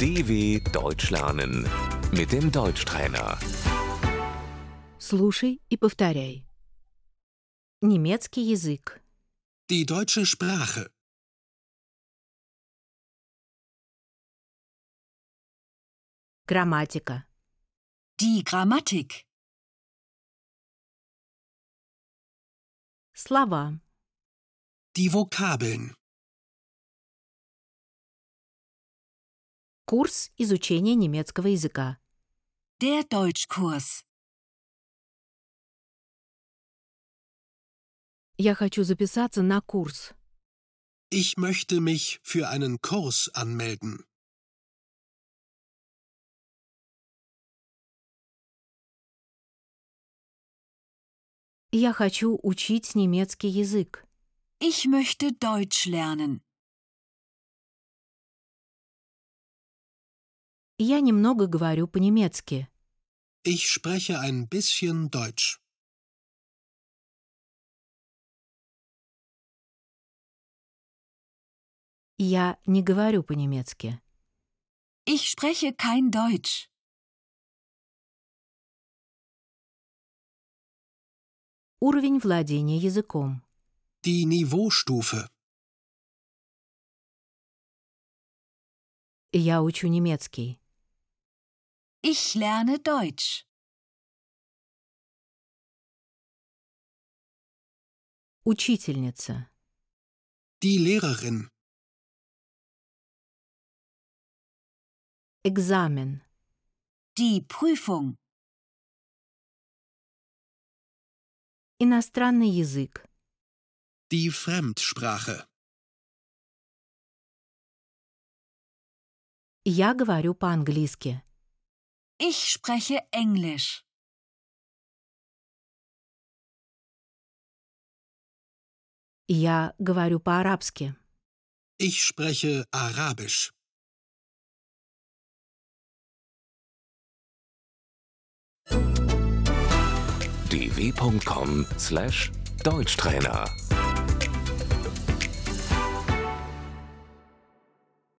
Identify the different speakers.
Speaker 1: DW Deutsch lernen mit dem Deutschtrainer.
Speaker 2: Слушай и повторяй. Немецкий язык.
Speaker 3: Die deutsche Sprache.
Speaker 2: Грамматика.
Speaker 4: Die Grammatik.
Speaker 2: Слова.
Speaker 3: Die Vokabeln.
Speaker 2: Курс изучения немецкого языка.
Speaker 4: Der Deutschkurs.
Speaker 2: Я хочу записаться на курс.
Speaker 3: Ich möchte mich für einen Kurs anmelden.
Speaker 2: Я хочу учить немецкий язык.
Speaker 4: Ich möchte Deutsch lernen.
Speaker 2: Я немного говорю по-немецки.
Speaker 3: Ich spreche ein bisschen Deutsch.
Speaker 2: Я не говорю по-немецки.
Speaker 4: Ich spreche kein Deutsch.
Speaker 2: Уровень владения языком.
Speaker 3: Die Niveaustufe.
Speaker 2: Я учу немецкий.
Speaker 4: Ich lerne Deutsch.
Speaker 2: Учительница.
Speaker 3: Die Lehrerin.
Speaker 2: Экзамен.
Speaker 4: Die Prüfung.
Speaker 2: Иностранный язык.
Speaker 3: Die Fremdsprache.
Speaker 2: Я говорю по-английски.
Speaker 4: Ich spreche Englisch.
Speaker 2: Я говорю по-арабски.
Speaker 3: Ich spreche Arabisch.
Speaker 1: dw.com/deutschtrainer